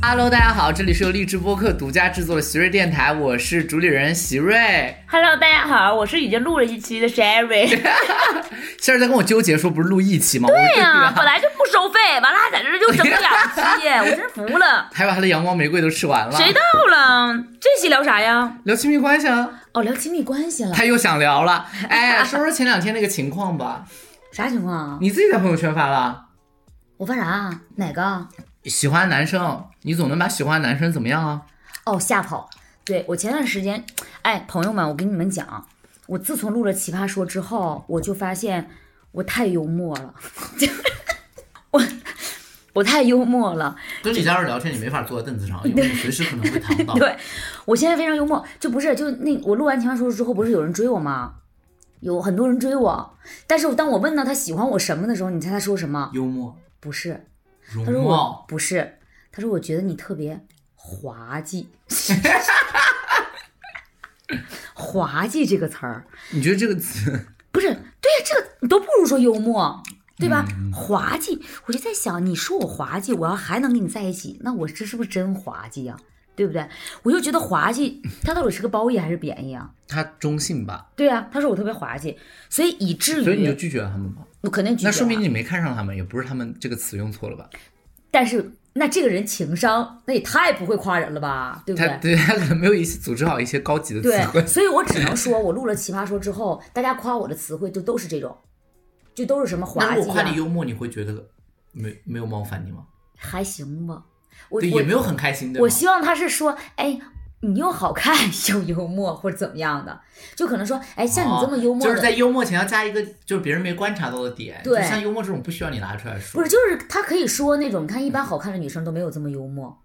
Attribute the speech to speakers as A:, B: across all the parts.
A: Hello，大家好，这里是由荔枝播客独家制作的席瑞电台，我是主理人席瑞。
B: Hello，大家好，我是已经录了一期的 Sherry。
A: 现在在跟我纠结说不是录一期吗？
B: 对哎呀、
A: 我
B: 本来就不收费，完了还在这儿又整了两期，我真服了。
A: 还把他的阳光玫瑰都吃完了。
B: 谁到了？这期聊啥呀？
A: 聊亲密关系啊？
B: 哦，聊亲密关系了。
A: 他又想聊 了。哎，说说前两天那个情况吧。
B: 啥情况啊？
A: 你自己在朋友圈发了，
B: 我犯啥啊？哪个？
A: 喜欢男生，你总能把喜欢男生怎么样啊？
B: 哦，吓跑。对我前段时间，哎，朋友们，我跟你们讲，我自从录了《奇葩说》之后，我就发现我太幽默了， 我我太幽默了。
A: 跟李佳瑞聊天，你没法坐在凳子上，因 为你随时可能会躺倒
B: 对，我现在非常幽默，就不是就那我录完《奇葩说》之后，不是有人追我吗？有很多人追我，但是当我问到他喜欢我什么的时候，你猜他说什么？
A: 幽默、
B: 不是，
A: 容
B: 他说我
A: 貌，
B: 不是，他说我觉得你特别滑稽。 滑稽这个词儿，
A: 你觉得这个词？
B: 不是
A: 嗯
B: 对呀、这个你都不如说幽默，对吧？滑稽，我就在想，你说我滑稽，我要还能跟你在一起，那我这是不是真滑稽呀、对不对？我就觉得滑稽，它到底是个褒义还是贬义啊？
A: 他中性吧，
B: 对啊，他说我特别滑稽，所以以至
A: 所以你就
B: 于
A: 拒绝了他们吧。
B: 我肯定嗯拒绝
A: 那
B: 啊。
A: 说明你没看上他们，也不是他们这个词用错了吧？
B: 但是那这个人情商那也太不会夸人了吧，对不
A: 他
B: 对？
A: 对他可能没有一些组织好一些高级的词汇
B: 对，。所以我只能说，我录了《奇葩说》之后，大家夸我的词汇就都是这种，就都是什么滑
A: 那如
B: 稽、
A: 果
B: 啊
A: 夸你，幽默，你会觉得没没有冒犯你吗？
B: 还行吧。我
A: 对，也没有很开心，对
B: 我，我
A: 吗？
B: 希望他是说，哎，你又好看又幽默或者怎么样的，就可能说，哎，像你这么幽
A: 哦
B: 默
A: 就
B: 的，
A: 是在幽默前要加一个，就是别人没观察到的点。
B: 对
A: 就像幽默这种不需要你拿出来说。
B: 不是，就是他可以说那种，你看一般好看的女生都没有这么幽默，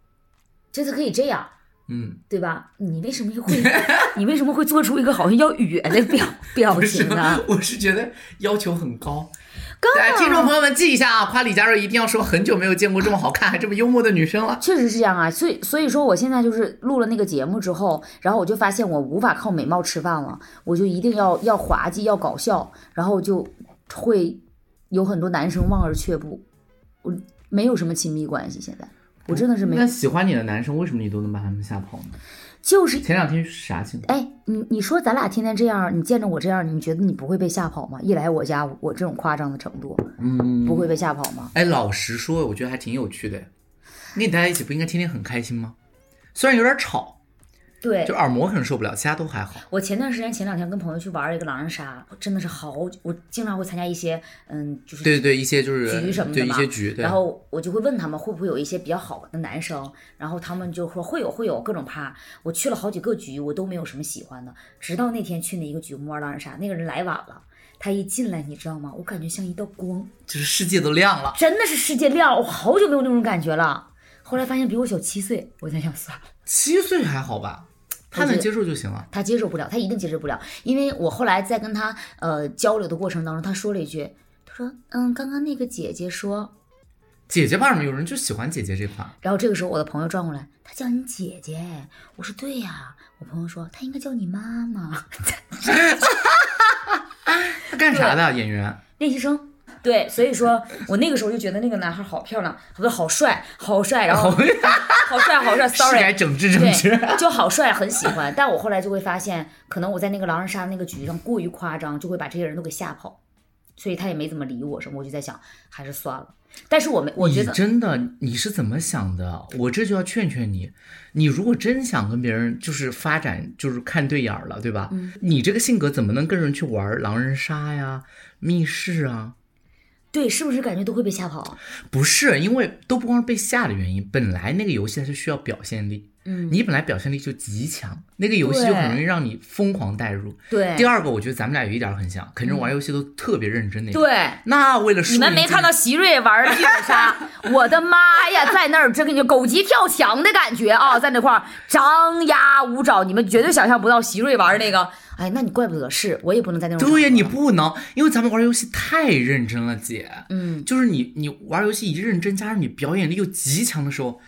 B: 就是可以这样。
A: 嗯，
B: 对吧？你为什么会？ 你为什么会做出一个好像要哕的表表
A: 不是
B: 情呢？，
A: 我是觉得要求很高。
B: 高
A: 对，
B: 啊
A: 听众朋友们记一下啊，夸李佳瑞一定要说很久没有见过这么好看还这么幽默的女生了。
B: 确实是这样啊，所以所以说我现在就是录了那个节目之后，然后我就发现我无法靠美貌吃饭了，我就一定要要滑稽，要搞笑，然后就会有很多男生望而却步。我没有什么亲密关系，现在我真的是没，
A: 那喜欢你的男生，为什么你都能把他们吓跑呢？
B: 就是
A: 前两天是啥情况？
B: 哎，你你说咱俩天天这样，你见着我这样，你觉得你不会被吓跑吗？一来我家，我这种夸张的程度，
A: 嗯，
B: 不会被吓跑吗？
A: 哎，老实说，我觉得还挺有趣的。那你待在一起不应该天天很开心吗？虽然有点吵，
B: 对
A: 就，耳膜可能受不了，其他都还好。
B: 我前段时间前两天跟朋友去玩了一个狼人杀，我真的是好，我经常会参加一些，嗯，就是
A: 对对对，一些就是
B: 局什么的
A: 对一
B: 嘛
A: 些局，对
B: 然后我就会问他们会不会有一些比较好的男生，然后他们就说会有会有各种趴。我去了好几个局，我都没有什么喜欢的，直到那天去那一个局，我们玩狼人杀，那个人来晚了，他一进来你知道吗？我感觉像一道光，
A: 就是世界都亮了。
B: 真的是世界亮了，我好久没有那种感觉了。后来发现比我小七岁，我才想算了。
A: 七岁还好吧，他
B: 我觉
A: 能
B: 得
A: 接受就行了。
B: 他接受不了，他一定接受不了，因为我后来在跟他呃交流的过程当中，他说了一句，他说嗯，刚刚那个姐姐说，
A: 姐姐怕什么？有人就喜欢姐姐这款。
B: 然后这个时候我的朋友转过来，他叫你姐姐，我说对呀、我朋友说他应该叫你妈妈，
A: 他干啥的？演员？
B: 练习生。对，所以说我那个时候就觉得那个男孩好漂亮，不是好帅，好帅，然 后好帅，好
A: 是该
B: 帅哦，sorry，
A: 整治整治。
B: 对，就好帅，很喜欢。但我后来就会发现，可能我在那个狼人杀那个局上过于夸张，就会把这些人都给吓跑，所以他也没怎么理我什么。我就在想，还是算了。但是我没，我觉
A: 你
B: 得
A: 真的你是怎么想的？我这就要劝劝你，你如果真想跟别人就是发展，就是看对眼儿了，对吧？
B: 嗯
A: 你这个性格怎么能跟人去玩狼人杀呀、密室啊？
B: 对，是不是感觉都会被吓跑？
A: 不是，因为都不光是被吓的原因，本来那个游戏它是需要表现力，
B: 嗯，
A: 你本来表现力就极强，那个游戏就很容易让你疯狂代入。
B: 对
A: 第，二个，我觉得咱们俩有一点儿很像，肯定玩游戏都特别认真那种。
B: 对，
A: 那为了输
B: 你们
A: 赢
B: 没
A: 真
B: 看到席瑞玩剧本 杀？我的妈呀，在那儿这个就狗急跳墙的感觉啊，在那块儿张牙舞爪，你们绝对想象不到席瑞玩那个。哎，那你怪不得是我也不能在那种
A: 对呀，
B: 场
A: 你
B: 合
A: 不能，因为咱们玩游戏太认真了，姐。
B: 嗯，
A: 就是你你玩游戏一认真，加上你表演力又极强的时候，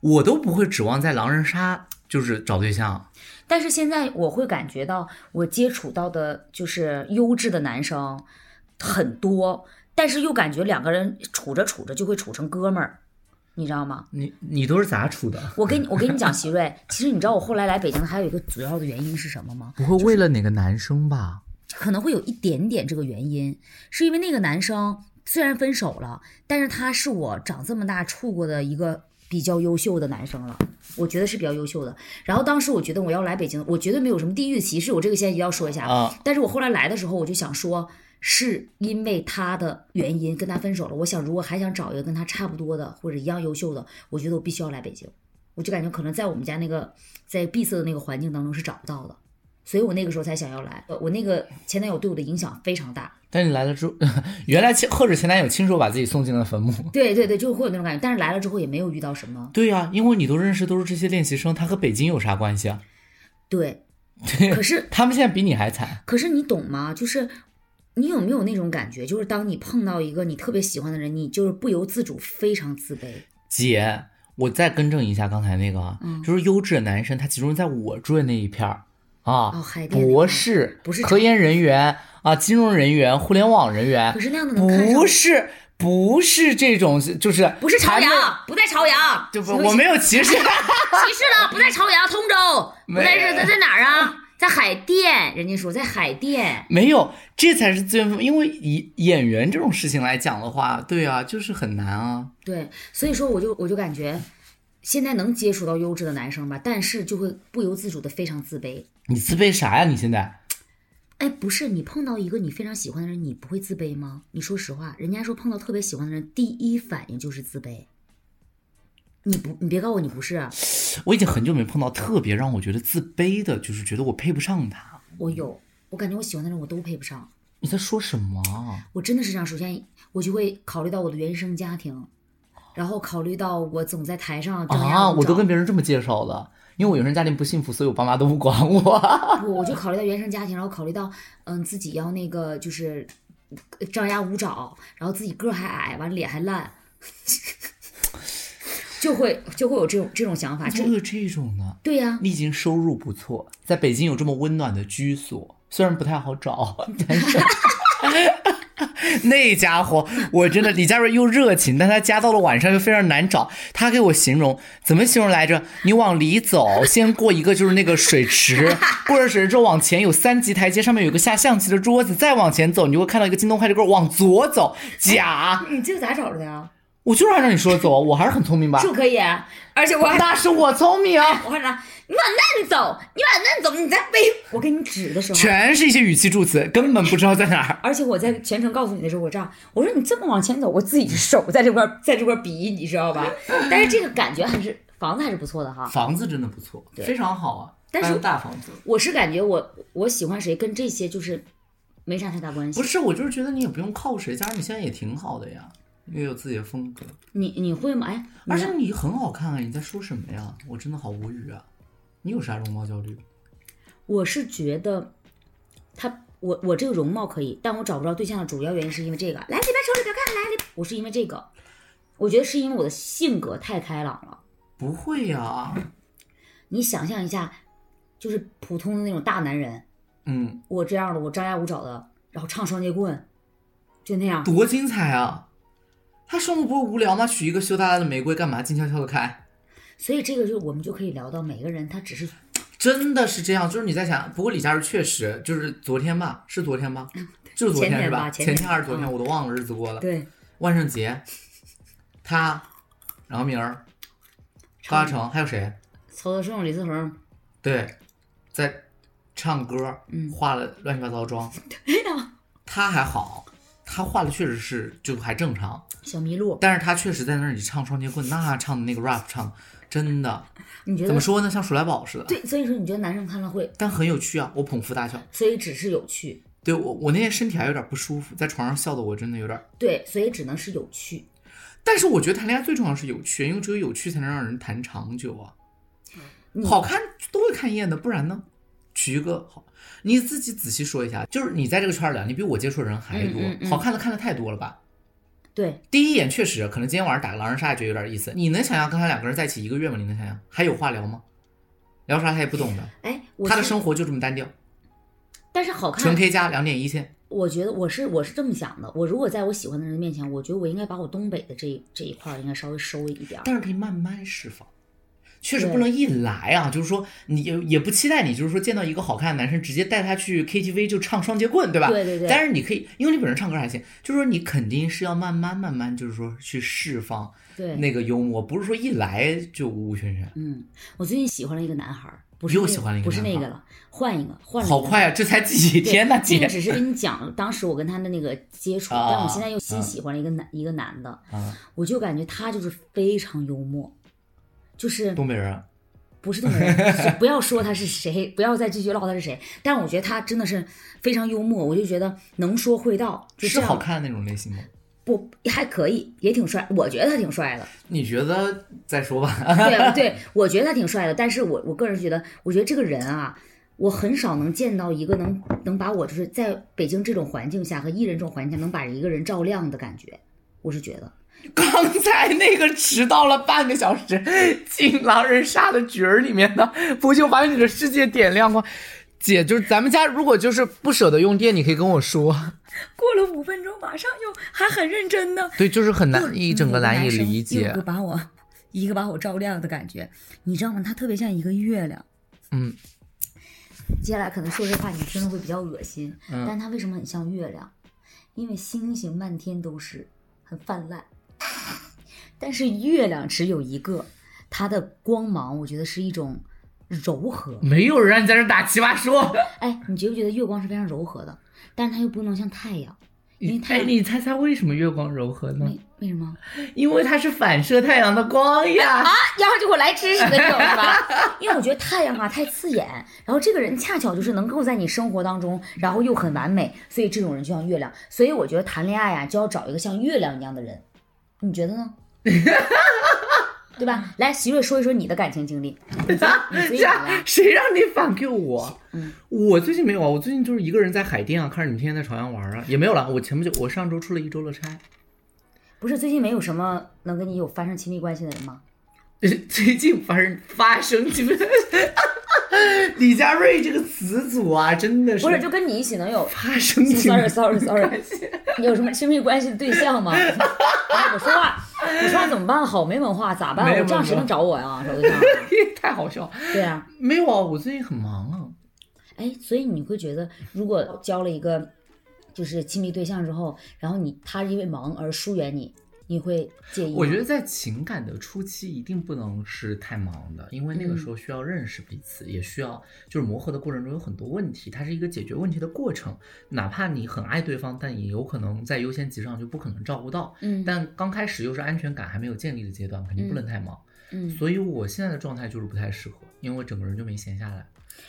A: 我都不会指望在狼人杀就是找对象。
B: 但是现在我会感觉到，我接触到的就是优质的男生很多，但是又感觉两个人处着处着就会处成哥们儿，你知道吗？
A: 你你都是咋处的？
B: 我跟你我跟你讲，席瑞，其实你知道我后来来北京还有一个主要的原因是什么吗？
C: 不会为了哪个男生吧？
B: 可能会有一点点这个原因，是因为那个男生虽然分手了，但是他是我长这么大处过的一个比较优秀的男生了，我觉得是比较优秀的。然后当时我觉得我要来北京，我绝对没有什么地域歧视，我这个先一定要说一下。
A: 啊
B: 但是我后来来的时候，我就想说，是因为他的原因跟他分手了。我想，如果还想找一个跟他差不多的或者一样优秀的，我觉得我必须要来北京。我就感觉可能在我们家那个在闭塞的那个环境当中是找不到的，所以我那个时候才想要来。呃我那个前男友对我的影响非常 大，
A: 但你来了之后，原来前或者前男友亲手把自己送进了坟墓。
B: 对对对，就会有那种感觉。但是来了之后也没有遇到什么，
A: 对呀、因为你都认识都是这些练习生，他和北京有啥关系啊？
B: 对。可是
A: 他们现在比你还惨。
B: 可是你懂吗？就是你有没有那种感觉，就是当你碰到一个你特别喜欢的人，你就是不由自主非常自卑。
A: 姐，我再更正一下刚才那个啊，
C: 嗯
A: 就是优质的男生，他集中在我住的那一片儿啊，
C: 嗯
B: 哦海淀那块
A: 博
B: 儿
A: 士、
B: 不是
A: 科研人员啊，金融人员、互联网人员
B: 可，是那样的能看上
A: 不是不是这种，就是
B: 不是朝
A: 还没
B: 阳，不在朝阳，
A: 就不我没有歧视。
B: 歧视了，不在朝阳，通州，不在
A: 没
B: 这在在哪儿啊？在海淀，人家说在海淀，
A: 没有，这才是资源分配。因为以演员这种事情来讲的话，对啊，就是很难啊。
B: 对，所以说我就我就感觉。现在能接触到优质的男生吧，但是就会不由自主的非常自卑。
A: 你自卑啥呀？你现在
B: 哎，不是你碰到一个你非常喜欢的人，你不会自卑吗？你说实话，人家说碰到特别喜欢的人，第一反应就是自卑。你不，你别告诉我你不是啊，
A: 我已经很久没碰到特别让我觉得自卑的，就是觉得我配不上他。
B: 我有，我感觉我喜欢的人我都配不上。
A: 你在说什么？啊
B: 我真的是这样。首先，我就会考虑到我的原生家庭，然后考虑到我总在台上张牙
A: 啊，
B: 舞
A: 我都
B: 爪
A: 跟别人这么介绍的，因为我原生家庭不幸福，所以我爸妈都不管我。
B: 不，我就考虑到原生家庭，然后考虑到嗯自己要那个就是呃张牙舞爪，然后自己个儿还矮，完脸还烂， 就会 就会有这种这种想法。
A: 怎
B: 这
A: 么会有这种呢？
B: 对呀、
A: 你已经收入不错，在北京有这么温暖的居所，虽然不太好找， 但是那家伙，我真的李佳瑞又热情，但他家到了晚上又非常难找。他给我形容怎么形容来着？你往里走，先过一个就是那个水池，过了水池之后往前有三级台阶，上面有个下象棋的桌子，再往前走，你就会看到一个京东快递柜，往左走，假。
B: 你这个咋找着的呀？
A: 我就是按照你说走，我还是很聪明吧
B: 是？不可以，而且我还
A: 那是我聪明。
B: 我还啥？你往那走，你往那走，你在背我给你指的时候。
A: 全是一些语气助词，根本不知道在哪儿。
B: 而且我在全程告诉你的时候，我这样，我说你这么往前走，我自己手在这块儿 在这块儿比，你知道吧？ 但是这个感觉还是房子还是不错的哈。
A: 房子真的不错，非常好啊，
B: 但是
A: 搬大房子。
B: 我是感觉我我喜欢谁跟这些就是没啥太大关系。
A: 不是，我就是觉得你也不用靠谁，加上你现在也挺好的呀，也有自己的风格，
B: 你你会吗？哎，
A: 而且
B: 你
A: 你很好看啊！你在说什么呀？我真的好无语啊！你有啥容貌焦虑？
B: 我是觉得他我我这个容貌可以，但我找不着对象的主要原因是因为这个。来这边瞅里边看，来里我是因为这个，我觉得是因为我的性格太开朗了。
A: 不会呀、
B: 你想象一下，就是普通的那种大男人，
A: 嗯，
B: 我这样的，我张牙舞爪的，然后唱双截棍，就那样。
A: 多精彩啊！他生活不会无聊吗？娶一个羞答答的玫瑰干嘛？静悄悄的开，
B: 所以这个就我们就可以聊到每个人他只是
A: 真的是这样。就是你在想，不过李佳瑞确实就是昨天吧，是昨天吗？就是昨
B: 前天
A: 是吧？
B: 吧
A: 嗯
B: 前
A: 前
B: 天
A: 还是昨天，
B: 嗯
A: 我都忘了日子过了。
B: 对
A: 万圣节，他，然后明儿，高亚
B: 唱
A: 成还有谁？
B: 曹德胜、李思恒，
A: 对，在唱歌，
B: 嗯
A: 化了乱七八糟的妆。
B: 对呀，
A: 他还好，他化的确实是就还正常，
B: 小麋鹿，
A: 但是他确实在那里唱双截棍，那唱的那个 rap 唱得真的
B: 你觉
A: 怎
B: 得
A: 么？说呢？像鼠来宝似的，
B: 对，所以说你觉得男生看了会，
A: 但很有趣啊！我捧腹大笑。
B: 所以只是有趣，
A: 对我，我那天身体还有点不舒服，在床上笑的我真的有点。
B: 对，所以只能是有趣。
A: 但是我觉得谈恋爱最重要的是有趣，因为只有有趣才能让人谈长久啊。
B: 你
A: 好看都会看一眼的，不然呢？娶一个好，你自己仔细说一下，就是你在这个圈儿里啊，你比我接触的人还多，
B: 嗯嗯嗯
A: 好看的看的太多了吧？
B: 对，
A: 第一眼确实，可能今天晚上打个狼人杀也觉得有点意思。你能想象跟他两个人在一起一个月吗？你能想象还有话聊吗？聊啥他也不懂的，
B: 哎，我
A: 他的
B: 其实啊
A: 生活就这么单调，
B: 但是好看
A: 纯，K 加两点一线。
B: 我觉得我是我是这么想的，我如果在我喜欢的人面前，我觉得我应该把我东北的这一这一块儿应该稍微收一点儿。
A: 但是可以慢慢释放。确实
B: 对
A: 不能一来啊，就是说你也也不期待你，就是说见到一个好看的男生，直接带他去 KTV 就唱双截棍，对吧？
B: 对对对
A: 但是你可以，因为你本身唱歌还行，就是说你肯定是要慢慢慢慢，就是说去释放
B: 对，
A: 那个幽默，不是说一来就呜呜喧喧。
B: 嗯，我最近喜欢了一个男孩儿，不是
A: 又
B: 那
A: 喜欢了一个
B: 不是
A: 男
B: 那
A: 孩
B: 个
A: 儿
B: 了，换一个，换了
A: 好
B: 一个
A: 快啊，这才几
B: 嗯对
A: 天呢，
B: 这
A: 姐
B: 个只是跟你讲，当时我跟他的那个接触，
A: 啊
B: 但我现在又新
A: 嗯
B: 喜欢了一个男、一个男的，
A: 啊，
B: 我就感觉他就是非常幽默，就是
A: 东北人啊
B: 不是东北人，是不要说他是谁， 不要再继续唠他是谁，但我觉得他真的是非常幽默，我就觉得能说会道，就是这样
A: 好看的那种类型吗？
B: 不还可以，也挺帅，我觉得他挺帅的，
A: 你觉得再说吧。
B: 对对，我觉得他挺帅的，但是我我个人觉得，我觉得这个人啊，我很少能见到一个能能把我就是在北京这种环境下和艺人这种环境下能把一个人照亮的感觉，我是觉得。
A: 刚才那个迟到了半个小时进狼人杀的局儿里面的，不就把你的世界点亮光？姐，就是咱们家如果就是不舍得用电，你可以跟我说。
D: 过了五分钟，马上又还很认真的，
C: 对，就是很
B: 嗯
C: 难，一整个难以
D: 男生
C: 理解
D: 一个。把我一个把我照亮的感觉，你知道吗？他特别像一个月亮。
A: 嗯
B: 接下来可能说这话你听着会比较恶心，但他为什么很像月亮？因为星星漫天都是，很泛滥， 但是月亮只有一个，它的光芒我觉得是一种柔和，
A: 没有人让你在这打奇葩说。
B: 哎，你觉不觉得月光是非常柔和的？但是它又不能像太阳，因为太
A: 哎，
B: 阳、
A: 你猜猜为什么月光柔和呢？
B: 为为什么？
A: 因为它是反射太阳的光呀。
B: 然后就给我来知识的这种是 吧？因为我觉得太阳啊太刺眼，然后这个人恰巧就是能够在你生活当中，然后又很完美，所以这种人就像月亮。所以我觉得谈恋爱呀、就要找一个像月亮一样的人，你觉得 呢？对吧？来，席瑞说一说你的感情经历。你最你最
A: 啊这
B: 近怎
A: 样
B: 么样？
A: 谁让你反 Q 我？
B: 嗯
A: 我最近没有啊，我最近就是一个人在海淀啊，看着你们天天在朝阳玩啊，也没有了。我前不久，我上周出了一周的差，
B: 不是最近没有什么能跟你有发生亲密关系的人吗？
A: 最近发生发生基 本，李佳瑞这个词组啊，真的是
B: 不是，就跟你一起能 有
A: 发生基
B: sorry sorry sorry，你有什么亲密关系的对象 吗？哎，我说话，我说话怎么办？好没文化，咋办？
A: 没有
B: 我这样谁
A: 没有
B: 能找我呀？找对象啊？
A: 太好笑。
B: 对啊，
A: 没有啊，我最近很忙啊。
B: 哎，所以你会觉得，如果交了一个就是亲密对象之后，然后你他因为忙而疏远你，你会介意吗？
A: 我觉得在情感的初期一定不能是太忙的，因为那个时候需要认识彼此，也需要就是磨合的过程中有很多问题，它是一个解决问题的过程。哪怕你很爱对方，但也有可能在优先级上就不可能照顾到。
B: 嗯
A: 但刚开始又是安全感还没有建立的阶段，肯定不能太忙。
B: 嗯
A: 所以我现在的状态就是不太适合，因为我整个人就没闲下来。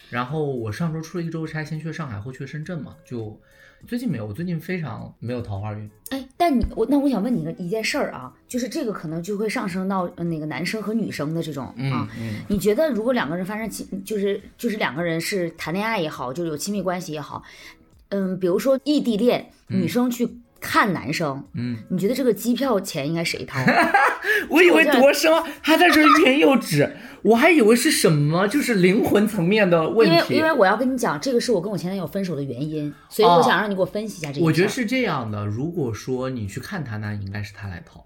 A: 然后我上周出了一周差，先去上海，后去深圳嘛。就最近没有，我最近非常没有桃花运。
B: 哎，但你我那我想问你个一件事儿啊，就是这个可能就会上升到呃那个男生和女生的这种啊，
A: 嗯，
B: 你觉得如果两个人发生亲，就是就是两个人是谈恋爱也好，就是有亲密关系也好，嗯，比如说异地恋，女生去看男生，
A: 嗯，
B: 你觉得这个机票钱应该谁 掏？
A: 我以为多深，啊他在这儿欲言又止，我还以为是什么，就是灵魂层面的问
B: 因为
A: 题
B: 因为。我要跟你讲，这个是我跟我前男友分手的原因，所以我
A: 哦
B: 想让你给我分析一下这个。
A: 我觉得，是这样的，如果说你去看他，那应该是他来掏，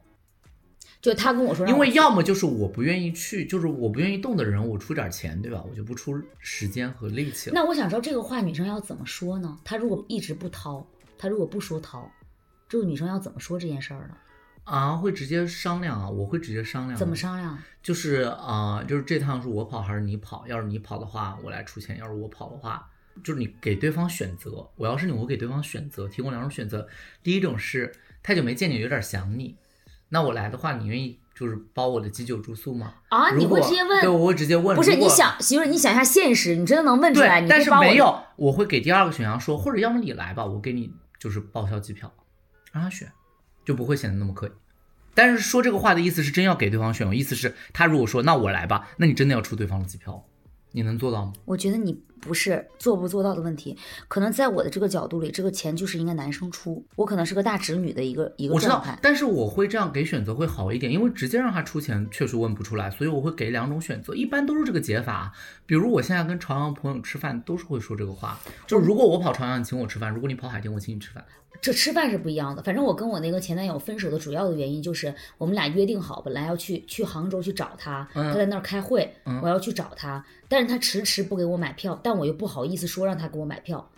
B: 就他跟我说让
A: 因
B: 我，
A: 为要么就是我不愿意去，就是我不愿意动的人，我出点钱，对吧？我就不出时间和力气了。
B: 那我想知道这个话女生要怎么说呢？她如果一直不掏，她如果不说掏，这个女生要怎么说这件事儿呢？
A: 啊，会直接商量啊，我会直接商量。
B: 怎么？商量？
A: 就是啊、呃就是这趟是我跑还是你跑？要是你跑的话，我来出钱；要是我跑的话，就是你给对方选择。我要是你，我给对方选择，提供两种选择。第一种是太久没见你，有点想你，那我来的话，你愿意就是包我的鸡酒住宿吗？
B: 啊，你
A: 如
B: 会
A: 果
B: 直接问？
A: 对，我会直接问。
B: 不是
A: 如果
B: 你想，媳妇儿，你想一下现实，你真的能问出来？
A: 对
B: 你，
A: 但
B: 会
A: 是
B: 帮我
A: 没有，我会给第二个选项说，或者要么你来吧，我给你就是报销机票，让他选，就不会显得那么刻意。但是说这个话的意思是真要给对方选，我意思是他如果说那我来吧，那你真的要出对方的机票，你能做到吗？
B: 我觉得你不是做不做到的问题，可能在我的这个角度里，这个钱就是应该男生出，我可能是个大直女的一个一个
A: 我知
B: 状
A: 道
B: 态，。
A: 但是我会这样给选择会好一点，因为直接让他出钱确实问不出来，所以我会给两种选择，一般都是这个解法。比如我现在跟朝阳朋友吃饭，都是会说这个话，就是如果我跑朝阳，你请我吃饭；如果你跑海淀，我请你吃饭。
B: 这吃饭是不一样的。反正我跟我那个前男友分手的主要的原因就是，我们俩约定好，本来要去去杭州去找他，
A: 嗯
B: 他在那儿开会，
A: 嗯
B: 我要去找他，但是他迟迟不给我买票，但我又不好意思说让他给我买票，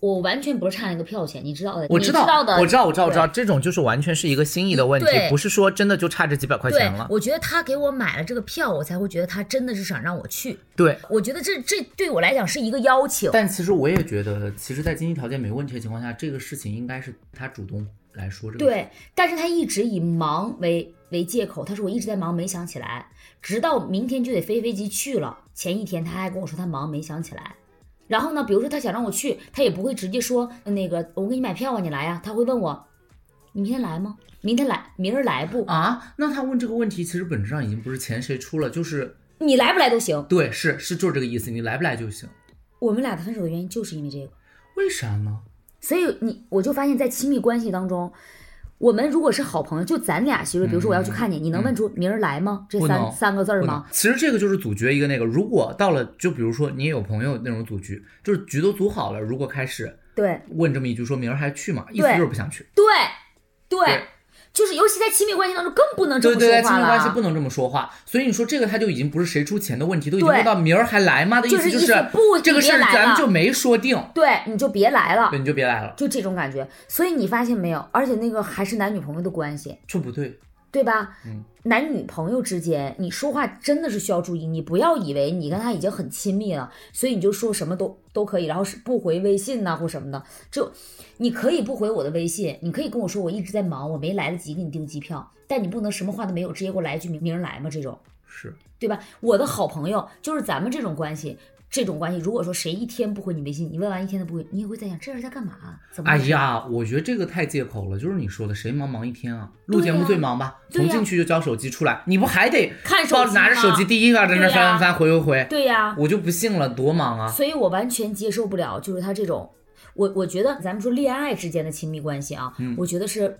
B: 我完全不是差那个票钱，你知道的，
A: 我
B: 你
A: 知
B: 知
A: 道
B: 的，
C: 我知道，我知道，我知道，这种就是完全是一个心意的问题
B: 对，
C: 不是说真的就差这几百块
B: 对
C: 钱了，。
B: 我觉得他给我买了这个票，我才会觉得他真的是想让我去。
C: 对，
B: 我觉得这这对我来讲是一个邀请。
A: 但其实我也觉得，其实，在经济条件没问题的情况下，这个事情应该是他主动来说这个。，
B: 对，但是他一直以忙为为借口，他说我一直在忙，没想起来，直到明天就得飞飞机去了。前一天他还跟我说他忙，没想起来。然后呢，比如说他想让我去，他也不会直接说那个我给你买票啊，你来呀、他会问我，你明天来吗？明天来，明儿来不？
A: 啊，那他问这个问题，其实本质上已经不是钱谁出了，就是
B: 你来不来都行。
A: 对，是是就是这个意思，你来不来就行。
B: 我们俩的分手的原因就是因为这个。
A: 为啥呢？
B: 所以你我就发现，在亲密关系当中，我们如果是好朋友，就咱俩其实，比如说我要去看你，你能问出“明儿来吗”这
A: 嗯不
B: 三
A: 能
B: 三个字儿
A: 不能
B: 吗？，
A: 其实这个就是组局一个那个，如果到了，就比如说你也有朋友那种组局，就是局都组好了，如果开始
B: 对
A: 问这么一句，说明儿还去吗？意思
B: 对
A: 就是不想去。
B: 对对
A: 对，
B: 就是尤其在亲密关系当中，更不能这
A: 对
B: 么
A: 对
B: 说
A: 对，亲
B: 话
A: 密
B: 了。
A: 关系不能这么说话，所以你说这个他就已经不是谁出钱的问题，都已经
B: 对
A: 问到明儿还来吗的意思，
B: 就是
A: 就
B: 意思不
A: 这个
B: 你
A: 事
B: 别
A: 儿
B: 来
A: 咱
B: 了
A: 们就没说定，
B: 对，你就别来了
A: 对，，你就别来了，
B: 就这种感觉。所以你发现没有？而且那个还是男女朋友的关系，
A: 这不对。
B: 对吧？
A: 嗯
B: 男女朋友之间，你说话真的是需要注意，你不要以为你跟他已经很亲密了，所以你就说什么都都可以，然后是不回微信呐、或什么的，就你可以不回我的微信，你可以跟我说我一直在忙，我没来得及给你订机票，但你不能什么话都没有，直接给我来一句明明儿来嘛这种。
A: 是，
B: 对吧？我的好朋友就是咱们这种关系，这种关系，如果说谁一天不回你微信，你问完一天都不回，你也会在想这人在干嘛？怎么？
A: 哎，呀，我觉得这个太借口了，就是你说的，谁忙忙一天啊？录
B: 对
A: 节目
B: 呀
A: 最忙吧，
B: 对
A: 从
B: 呀
A: 进去就交手机出来，你不还得
B: 看手
A: 抱
B: 机
A: 拿着手
B: 吗
A: 机第一个在那
B: 对
A: 翻
B: 呀
A: 翻翻回回回？
B: 对呀、
A: 我就不信了，多忙啊！
B: 所以我完全接受不了，就是他这种，我我觉得咱们说恋爱之间的亲密关系啊，
A: 嗯
B: 我觉得是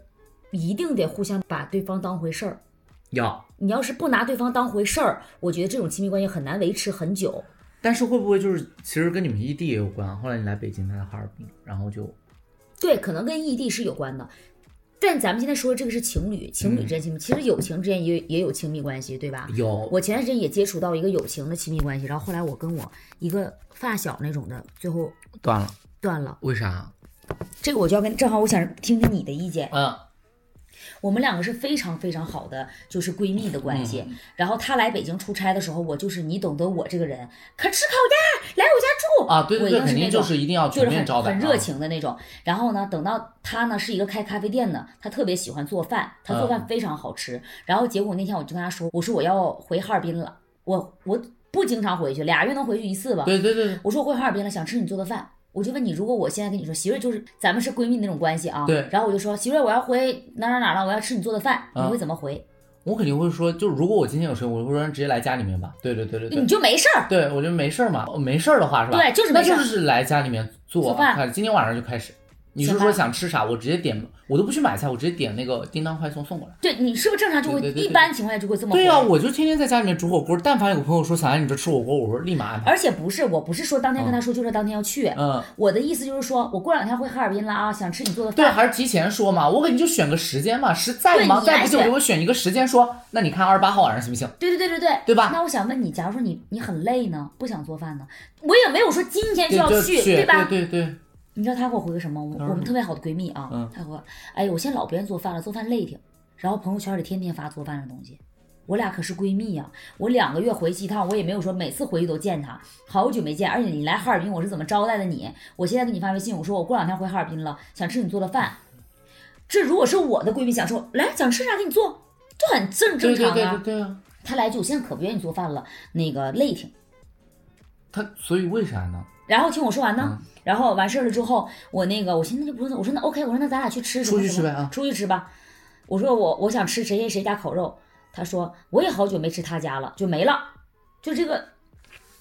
B: 一定得互相把对方当回事儿。
A: 要，
B: 你要是不拿对方当回事儿，我觉得这种亲密关系很难维持很久。
A: 但是会不会就是其实跟你们异地也有关？啊后来你来北京，他在哈尔滨，然后就
B: 对，可能跟异地是有关的。但咱们现在说的这个是情侣，情侣之间亲密，其实友情之间也也有亲密关系，对吧？
A: 有
B: 我前段时间也接触到一个友情的亲密关系，然后后来我跟我一个发小那种的，最后
A: 断了，
B: 断了。
A: 为啥？
B: 这个我就要跟，正好我想听听你的意见。
A: 嗯，
B: 我们两个是非常非常好的，就是闺蜜的关系。
A: 嗯
B: 然后她来北京出差的时候，我就是你懂得我这个人，可吃烤鸭，来我家住
A: 啊，对
B: 我
A: 对
B: 一
A: 对，
B: 定
A: 肯
B: 是
A: 定
B: 那
A: 就
B: 种
A: 是一定要
B: 就是
A: 全面
B: 很
A: 招啊待，
B: 很热。情的那种。然后呢，等到他呢是一个开咖啡店的，他特别喜欢做饭，他做
A: 嗯
B: 饭非常好吃。然后结果那天我就跟他说，我说我要回哈尔滨了，我我不经常回去，俩月能回去一次吧。
A: 对对对
B: 我说我回哈尔滨了，想吃你做的饭。我就问你，如果我现在跟你说，媳妇儿就是咱们是闺蜜那种关系啊，
A: 对
B: 然后我就说，媳妇儿我要回哪儿哪儿哪儿了，我要吃你做的饭，你
A: 嗯
B: 会怎么回？
A: 我肯定会说，就如果我今天有时间，我会说直接来家里面吧。对对对对
B: 你
A: 对，
B: 就没事儿，
A: 对我觉得没事儿嘛，哦没事儿的话是吧？
B: 对就是
A: 那
B: 没事
A: 就
B: 儿
A: 是来家里面做
B: 做饭
A: 看今天晚上就开始。你是
B: 行吧
A: 说想吃啥？我直接点，我都不去买菜，我直接点那个叮当快送送过来。
B: 对你是不是正常就会，
A: 对对对对
B: 一般情况下就会这么回。
A: 对呀、我就天天在家里面煮火锅。但凡有个朋友说想来你这吃火锅，我说立马安排。
B: 而且不是，我不是说当天跟他说，就是当天要去，
A: 嗯，
B: 我的意思就是说，我过两天回哈尔滨了啊，想吃你做的
A: 对，
B: 饭。
A: 还是提前说嘛，我肯定就选个时间嘛，实在
B: 对
A: 忙
B: 你
A: 再
B: 来
A: 不就
B: 选
A: 给我选一个时间说，那你看二十八号晚上行不行？
B: 对对对对对，
A: 对吧
B: 那我想问你，假如说你你很累呢，不想做饭呢，我也没有说今天就
A: 对，
B: 要
A: 就
B: 去，
A: 去，对
B: 吧？
A: 对对，
B: 你知道她给我回个什么？我
A: 嗯
B: 我们特别好的闺蜜啊，
A: 嗯
B: 她说，哎呦，我现在老不愿意做饭了，做饭累挺。然后朋友圈里天天发做饭的东西，我俩可是闺蜜呀、我两个月回去一趟，我也没有说每次回去都见她，好久没见。而且你来哈尔滨，我是怎么招待的你？我现在给你发微信，我说我过两天回哈尔滨了，想吃你做的饭。这如果是我的闺蜜想说，来想吃啥给你做，这很正
A: 对
B: 正
A: 对
B: 常
A: 对对
B: 啊。
A: 对啊。
B: 她来一句，我现在可不愿意做饭了，那个累挺。
A: 他所以为啥呢？
B: 然后听我说完
A: 嗯
B: 呢，然后完事儿了之后，我那个我寻思那就不用，我说那 OK，我说那咱俩去吃什么
A: 出去
B: 什么
A: 吃呗啊
B: 出去吃吧。我说我我想吃谁谁谁家烤肉，他说我也好久没吃他家了，就没了，就这个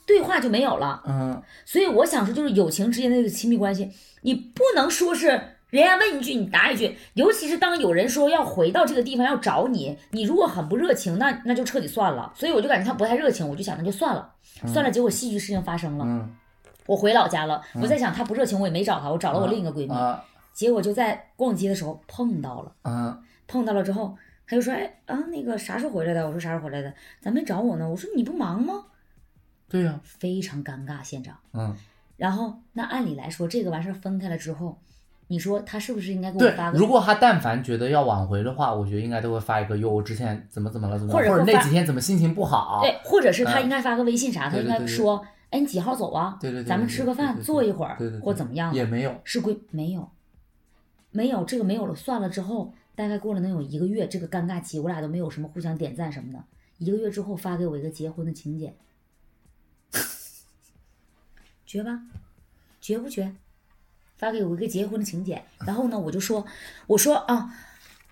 B: 对话就没有了。
A: 嗯，
B: 所以我想说，就是友情之间的这个亲密关系，你不能说是人家问一句你答一句，尤其是当有人说要回到这个地方要找你，你如果很不热情，那那就彻底算了。所以我就感觉他不太热情，我就想那就算了，算了。结果戏剧事情发生了，
A: 嗯
B: 我回老家了，我在想他不热情，我也没找他，我找了我另一个闺蜜，
A: 啊
B: 结果就在逛街的时候碰到了，
A: 啊
B: 碰到了之后，他就说，哎啊那个啥时候回来的？我说啥时候回来的？咋没找我呢？我说你不忙吗？
A: 对呀，
B: 非常尴尬，现场。
A: 嗯，
B: 然后，那按理来说，这个完事儿分开了之后，你说他是不是应该给我
A: 对
B: 发，个？
A: 如果他但凡觉得要挽回的话，我觉得应该都会发一个哟，我之前怎么怎么了，怎么了
B: 或者
A: 或者
B: 会
A: 那
B: 发哎
A: 几天怎么心情不好，
B: 对，或者是他
A: 嗯
B: 应该发个微信啥，他
A: 对对
B: 应
A: 对
B: 该
A: 对
B: 说，哎，你几号走啊？
A: 对对对对
B: 咱们
A: 对
B: 吃个
A: 对
B: 饭，
A: 对
B: 坐
A: 对
B: 一会儿，
A: 对对对
B: 或怎么样的？
A: 也没有，
B: 是归没有，没有这个没有了，算了之后，大概过了能有一个月，这个尴尬期，我俩都没有什么互相点赞什么的。一个月之后发给我一个结婚的请柬，绝吧，绝不绝？发给我一个结婚的请柬，然后呢，我就说，我说啊，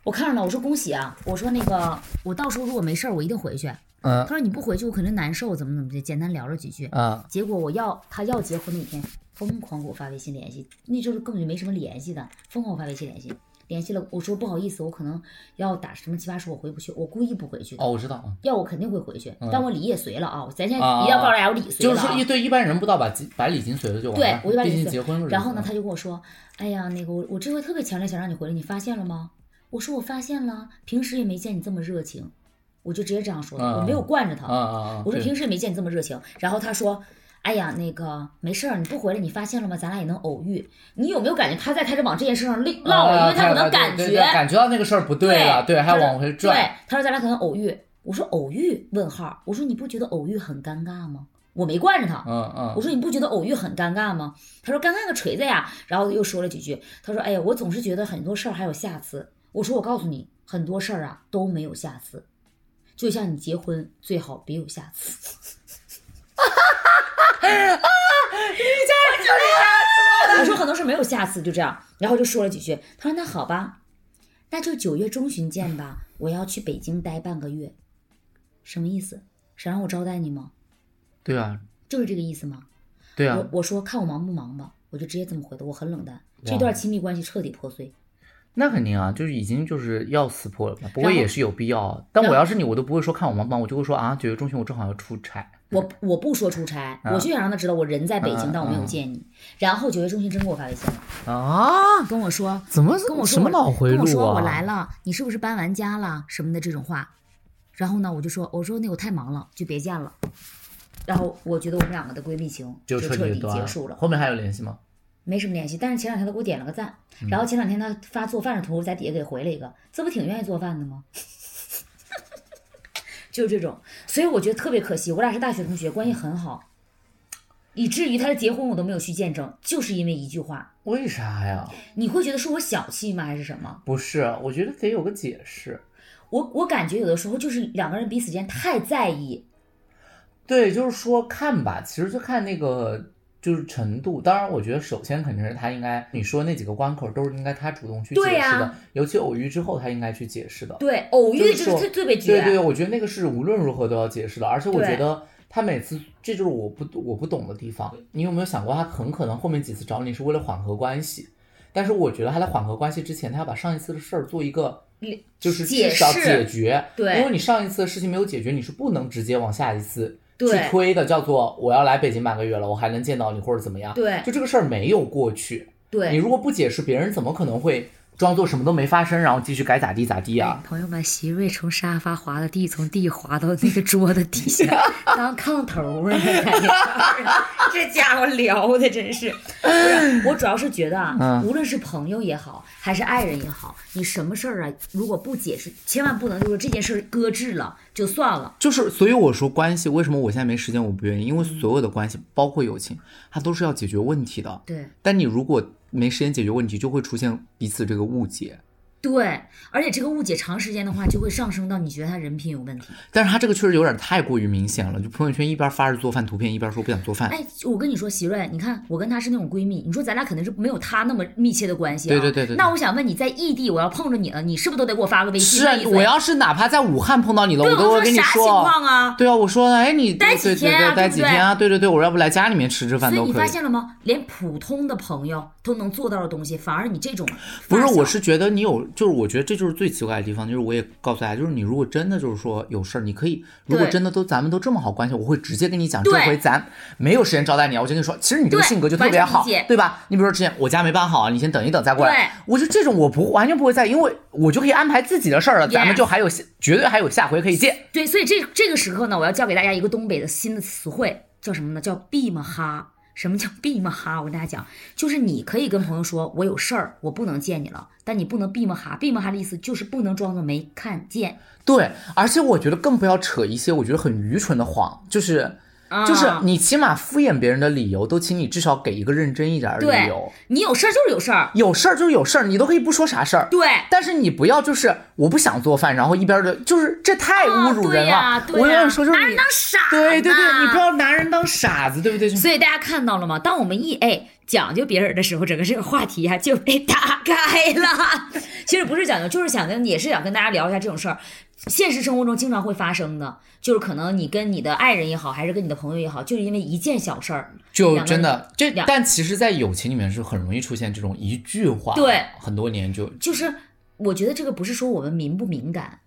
B: 我看上了，我说恭喜啊，我说那个我到时候如果没事儿，我一定回去。
A: 嗯
B: 他说你不回去，我肯定难受，怎么怎么的，简单聊了几句。
A: 啊
B: 结果我要他要结婚那天，疯狂给我发微信联系，那就是根本就没什么联系的，疯狂发微信联系，联系了我说不好意思，我可能要打什么奇葩说，我回不去，我故意不回去的，
A: 哦，我知道，嗯
B: 要我肯定会回去，
A: 嗯
B: 但我理也随了啊，咱现在
A: 啊
B: 一定要告诉大家我理随
A: 就
B: 了、
A: 是
B: 啊
A: 说一对一般人不到把几百里金随了就完
B: 对
A: 了，
B: 我就把
A: 毕
B: 礼
A: 竟
B: 金
A: 结婚了。
B: 然后呢，
A: 嗯
B: 他就跟我说：“哎呀，那个我我这回特别强烈想让你回来，你发现了吗？”我说：“我发现了，平时也没见你这么热情。”我就直接这样说的，
A: 嗯
B: 我没有惯着他。
A: 啊啊啊，
B: 我说
A: 对
B: 平时也没见你这么热情。然后他说，哎呀，那个没事儿，你不回来，你发现了吗？咱俩也能偶遇。你有没有感觉他在开始往这件事上唠唠了？因为他可能感
A: 啊对
B: 觉
A: 对对感觉到那个事儿不对了，对，还
B: 他说
A: 往回
B: 对
A: 拽，，
B: 他说咱俩可能偶遇。我说偶遇？问号。我说你不觉得偶遇很尴尬吗？我没惯着他。
A: 嗯嗯，
B: 我说你不觉得偶遇很尴尬吗？他说尴尬个锤子呀，然后又说了几句，他说哎呀，我总是觉得很多事儿还有下次。我说我告诉你，很多事儿啊都没有下次，就像你结婚最好别有下次。 哈哈哈！我说很多事儿没有下次，就这样，然后就说了几句。他说那好吧，那就九月中旬见吧，我要去北京待半个月。什么意思？想让我招待你吗？
A: 对啊，
B: 就是这个意思吗？
A: 对啊
B: 我，我说看我忙不忙吧，我就直接这么回的，我很冷淡，这
A: 哇
B: 段亲密关系彻底破碎。
A: 那肯定啊，就是已经就是要撕破了嘛，不
B: 然
A: 过
B: 后
A: 也是有必要。啊但
B: 然
A: 我
B: 后
A: 要是你，我都不会说看我忙不忙，我就会说啊，九月中旬我正好要出差。
B: 我我不说出差，我就想让他知道我人在北京，
A: 啊嗯
B: 但我没有
A: 嗯
B: 见你。然后九月中旬真给我发微信了，
C: 啊，
B: 跟我说
C: 怎么
B: 跟我说
C: 什么
B: 我
C: 脑回
B: 跟我
C: 路
B: 说
C: 啊？
B: 我来了，你是不是搬完家了什么的这种话。然后呢，我就说我说那我太忙了，就别见了。然后我觉得我们两个的闺蜜情就彻
A: 彻底
B: 底
A: 地断
B: 结
A: 了
B: 束了，
A: 后面还有联系吗？
B: 没什么联系。但是前两天他给我点了个赞，
A: 嗯
B: 然后前两天他发做饭的图，在底下给回了一个，这不挺愿意做饭的吗？ 就是这种，所以我觉得特别可惜，我俩是大学同学，关系很好，以至于他的结婚我都没有去见证，就是因为一句话。
A: 为啥呀？
B: 你会觉得是我小气吗？还是什么？
A: 不是，我觉得得有个解释。
B: 我我感觉有的时候就是两个人彼此之间太在意，
A: 对，就是说看吧，其实就看那个就是程度。当然，我觉得首先肯定是他应该，你说那几个关口都是应该他主动去解
B: 对
A: 释的，
B: 呀
A: 尤其偶遇之后他应该去解释的。
B: 对，偶遇
A: 就是
B: 这
A: 说
B: 是最最被
A: 对
B: 绝。
A: 对，我觉得那个是无论如何都要解释的，而且我
B: 对
A: 觉得他每次，这就是我不我不懂的地方。你有没有想过，他很可能后面几次找你是为了缓和关系？但是我觉得他在缓和关系之前，他要把上一次的事儿做一个，就是
B: 解
A: 至少
B: 释
A: 解决。
B: 对
A: 因为你上一次的事情没有解决，你是不能直接往下一次去
B: 对
A: 推的，叫做我要来北京半个月了，我还能见到你或者怎么样。
B: 对
A: 就这个事儿没有过去，
B: 对
A: 你如果不解释，别人怎么可能会装作什么都没发生，然后继续该咋地咋地啊？
B: 朋友们，席瑞从沙发滑到地，从地滑到那个桌子底下，当炕头了。 这家伙聊的真是，不是我主要是觉得啊，无论是朋友也好，还是爱人也好，你什么事儿啊，如果不解释，千万不能就是这件事儿搁置了就算了。
A: 就是，所以我说关系为什么我现在没时间，我不愿意，因为所有的关系，包括友情，它都是要解决问题的。
B: 对
A: 但你如果没时间解决问题，就会出现彼此这个误解。
B: 对，而且这个误解长时间的话，就会上升到你觉得他人品有问题。
A: 但是他这个确实有点太过于明显了，就朋友圈一边发着做饭图片，一边说不想做饭。
B: 哎，我跟你说，席瑞，你看我跟她是那种闺蜜，你说咱俩肯定是没有她那么密切的关系、啊。
A: 对对对对对
B: 那我想问你，在异地我要碰着你了，你是不是都得给我发个微信？
A: 是啊
B: 问一，嘴
A: 我要是哪怕在武汉碰到你了，
B: 对
A: 我都
B: 我
A: 会跟你
B: 啥情况啊？
A: 对啊，我说哎你
B: 待几天
A: 对对对，待
B: 啊对不
A: 几
B: 对
A: 天啊，对对对，我要不来家里面吃吃饭
B: 所以
A: 都
B: 你
A: 可
B: 发
A: 以。
B: 现了吗？连普通的朋友都能做到的东西，反而你这种
A: 不是，
B: 发小
A: 我是觉得你有，就是我觉得这就是最奇怪的地方，就是我也告诉大家，就是你如果真的就是说有事儿，你可以，如果
B: 对
A: 真的都咱们都这么好关系，我会直接跟你讲，这
B: 对
A: 回咱没有时间招待你啊，我就跟你说，其实你这个
B: 对
A: 性格就特
B: 完
A: 别
B: 全理
A: 好
B: 解，
A: 对吧？你比如说之前我家没办好啊，你先等一等再过来，我就这种我不完全不会在意，因为我就可以安排自己的事儿了，咱们
B: Yes
A: 就还有下绝对还有下回可以见。
B: 对，所以这这个时刻呢，我要教给大家一个东北的新的词汇，叫什么呢？叫闭嘛哈。什么叫闭嘛哈？我跟大家讲，就是你可以跟朋友说，我有事儿，我不能见你了，但你不能闭嘛哈。闭嘛哈的意思就是不能装作没看见。
A: 对，而且我觉得更不要扯一些我觉得很愚蠢的谎，就是。
B: 啊
A: 就是你起码敷衍别人的理由，都请你至少给一个认真一点儿的理
B: 对
A: 由。，
B: 你有事儿就是有事儿。
A: 有事儿就是有事儿，你都可以不说啥事儿。
B: 对，
A: 但是你不要就是我不想做饭，然后一边儿的，就是这太侮辱人了。
B: 啊对呀对呀
A: 我想说就是
B: 拿
A: 你
B: 人当傻
A: 对对对，
B: 呢
A: 你不要拿人当傻子，对不对？
B: 所以大家看到了吗？当我们一哎讲究别人的时候，整个这个话题啊就被打开了。 其实不是讲究，就是想跟也是想跟大家聊一下这种事儿，现实生活中经常会发生的，就是可能你跟你的爱人也好，还是跟你的朋友也好，就是因为一件小事儿，
A: 就
B: 两个
A: 真的这
B: 两，
A: 但其实，在友情里面是很容易出现这种一句话，
B: 对，
A: 很多年就
B: 就是我觉得这个不是说我们敏不敏感。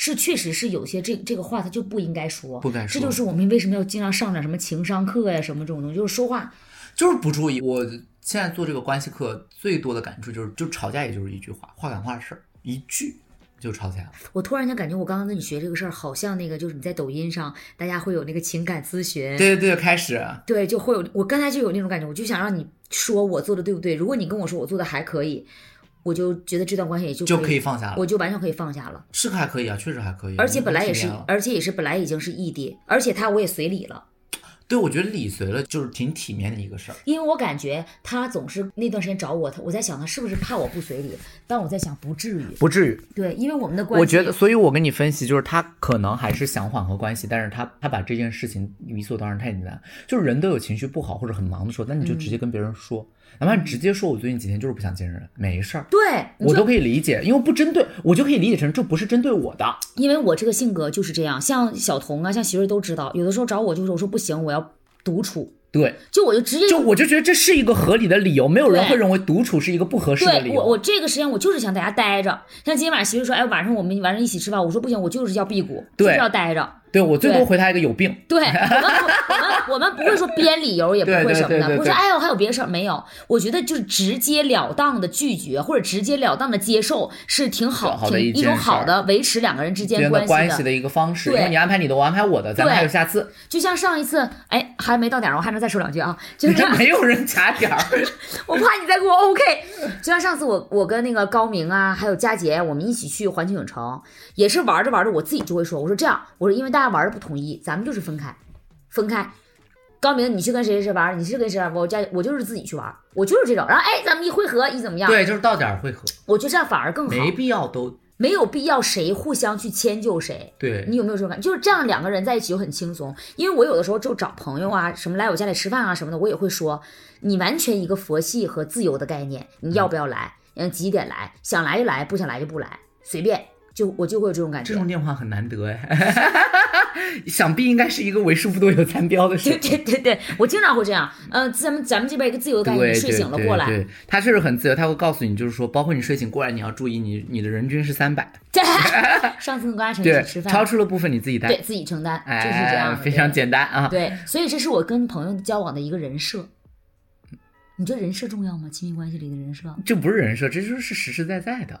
B: 是，确实是有些这这个话他就不应该说，
A: 不该说
B: 这就是我们为什么要经常上点什么情商课呀，什么这种东西，就是说话
A: 就是不注意。我现在做这个关系课最多的感触就是，就吵架也就是一句话，话赶话事儿，一句就吵架了。
B: 我突然间感觉，我刚刚跟你学这个事儿，好像那个就是你在抖音上，大家会有那个情感咨询，
A: 对对对，开始。
B: 对就会有我刚才就有那种感觉，我就想让你说我做的对不对。如果你跟我说我做的还可以，我就觉得这段关系也就
A: 就可
B: 可
A: 以放下了
B: 我就完全可以放下了。
A: 是还可以啊，确实还可以啊。
B: 而且本来也
A: 体
B: 是
A: 面了，
B: 而且也是本来已经是异地，而且他我也随礼了，
A: 对我觉得理随了就是挺体面的一个事儿。
B: 因为我感觉他总是那段时间找我，他我在想他是不是怕我不随礼，但我在想不至于，
A: 不至于，
B: 对，因为我们的关系，
A: 我觉得，所以我跟你分析，就是他可能还是想缓和关系，但是他他把这件事情理所当然太简单，就是人都有情绪不好或者很忙的时候，那你就
B: 嗯
A: 直接跟别人说，哪怕你直接说我最近几天就是不想见人，没事儿，
B: 对，你
A: 我
B: 就
A: 都可以理解，因为不针对，我就可以理解成这不是针对我的，
B: 因为我这个性格就是这样，像小童啊，像媳妇儿都知道，有的时候找我就是我说不行，我要独处，
A: 对，
B: 就我就直接
A: 就我就觉得这是一个合理的理由，没有人
B: 嗯对
A: 会认为独处是一个不合适的理
B: 对
A: 由。
B: 我我这个时间我就是想在家待着，像今天晚上媳妇儿说，哎，晚上我们晚上一起吃饭，我说不行，我就是要辟谷，
A: 对
B: 就是要待着。
A: 对我最
B: 对
A: 多回他一个有病，
B: 对我们不，我们我们不会说编理由，也不
A: 对
B: 会
A: 对
B: 什么
A: 对
B: 的，
A: 对
B: 不是
A: 对
B: 说哎我还有别的事儿没有。我觉得就是直截了当的拒绝或者直截了当的接受是挺好，
A: 好的
B: 挺
A: 一
B: 一种
A: 件事
B: 好
A: 儿
B: 的维持两个人之
A: 别
B: 间
A: 人的
B: 关
A: 关
B: 系
A: 系
B: 的。
A: 的一个方式，因
B: 对
A: 为你安排你的，我安排我的，咱们
B: 对
A: 还有下次，
B: 就像上一次，哎，还没到点儿，我还能再说两句啊，就是
A: 这没有人卡点儿。
B: 我怕你再给我 OK。就像上次我我跟那个高明啊，还有佳杰，我们一起去环球影城，也是玩着玩着，我自己就会说，我说这样，我说因为大家玩的不统一，咱们就是分开，分开。高明，你去跟谁谁谁玩，你去跟谁玩，我家我就是自己去玩，我就是这种。然后哎，咱们一会合，一怎么样？
A: 对，就是到点儿会合，
B: 我觉得这样反而更好，
A: 没必要都
B: 没有必要谁互相去迁就谁。
A: 对
B: 你有没有这种感觉？就是这样，两个人在一起就很轻松。因为我有的时候就找朋友啊，什么来我家里吃饭啊什么的，我也会说，你完全一个佛系和自由的概念，你要不要来？嗯，几点来？想来就来，不想来就不来，随便。就我就会有这种感
A: 这
B: 觉。
A: 种电话很难得哎， 想必应该是一个为数不多有残标的事
B: 对。 对对对，我经常会这样。嗯、咱们咱们这边一个自由的概念，
A: 对，
B: 你睡醒了过来，
A: 对，对他确实很自由，他会告诉你，就是说，包括你睡醒过来，你要注意你你的人均是三百，
B: 上次跟阿晨一
A: 对
B: 起嗯吃，
A: 超
B: 饭，
A: 出了部分你自己担
B: 对，自己承担，
A: 哎，
B: 就是这样的，
A: 非常
B: 对
A: 简单啊。
B: 对，所以这是我跟朋友交往的一个人设。你觉得人设重要吗？亲密关系里的人设
A: 这不是人设，这就是实实在在的，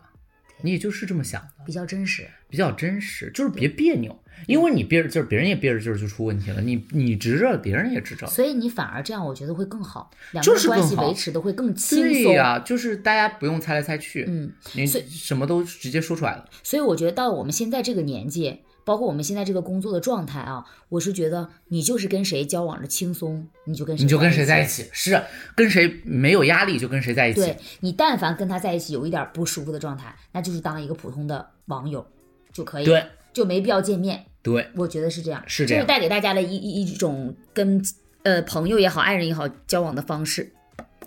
A: 你也就是这么想的，
B: 比较真实。
A: 比较真实，就是别别扭，因为你憋着劲儿，别人也憋着劲儿就出问题了，你你直着，别人也直着。
B: 所以你反而这样，我觉得会更好，两个
A: 啊就
B: 人
A: 是
B: 关
A: 更
B: 系
A: 好
B: 维持的会更轻
A: 对
B: 松。
A: 呀、就是大家不用猜来猜去，
B: 嗯，
A: 你
B: 所以
A: 什么都直接说出来了。
B: 所以我觉得到我们现在这个年纪，包括我们现在这个工作的状态啊，我是觉得你就是跟谁交往着轻松，你就跟谁
A: 你就跟谁在
B: 在
A: 一。起，是啊跟谁没有压力就跟谁在一起
B: 对。你，但凡跟他在一起有一点不舒服的状态，那就是当一个普通的网友就可以，
A: 对，
B: 就没必要见面。
A: 对，
B: 我觉得是这样，
A: 是这
B: 这
A: 样
B: 是带给大家的一一一种跟呃朋友也好、爱人也好交往的方式。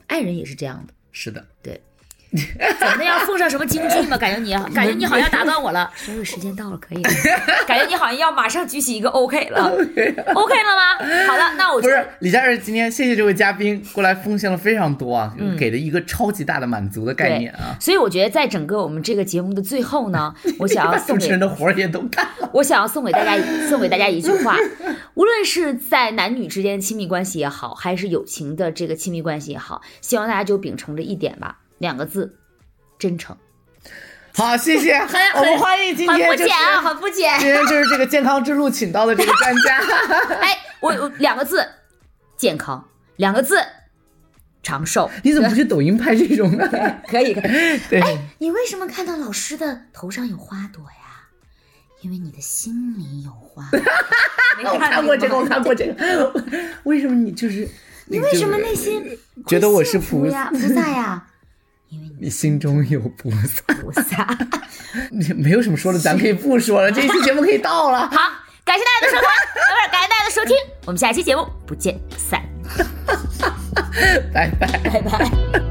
B: 爱人也是这样的，
A: 是的，
B: 咱们要奉上什么京剧吗？感觉你感觉你好像打断我了，
E: 所有时间到了，可以了。
B: 感觉你好像要马上举起一个 OK 了，OK 了吗？好的，那
A: 不
B: 我就是
A: 李佳瑞今天谢谢这位嘉宾过来奉献了非常多啊，
B: 嗯
A: 给了一个超级大的满足的概念啊。
B: 所以我觉得在整个我们这个节目的最后呢，我想
A: 把
B: 要
A: 主
B: 送
A: 持
B: 给
A: 人的活儿也都干了，
B: 我想要送给大家送给大家一句话，无论是在男女之间的亲密关系也好，还是友情的这个亲密关系也好，希望大家就秉承着一点吧，两个字，真诚。
A: 好，谢谢，我们欢迎今
B: 很
A: 天
B: 不
A: 就是
B: 简啊，很不简。
A: 今天就是这个健康之路请到的这个专 家，
B: 哎，我我两个字，健康，两个字，长寿。
A: 你怎么不去抖音拍这种呢？
B: 可以，可以
A: 对，
B: 你为什么看到老师的头上有花朵呀？因为你的心里有花。 没
A: 我看过这个，我看过这个，为什么你就是你为
B: 什么内心
A: 觉得我是
B: 会幸福
A: 菩
B: 呀？菩萨呀，
A: 你心中有菩萨？
B: 菩萨。
A: 没有什么说的，咱可以不说 了，这一期节目可以到了。
B: 好，感谢大家的收看，不是感谢大家的收听，我们下期节目不见不散，
A: 拜拜。
B: 拜拜。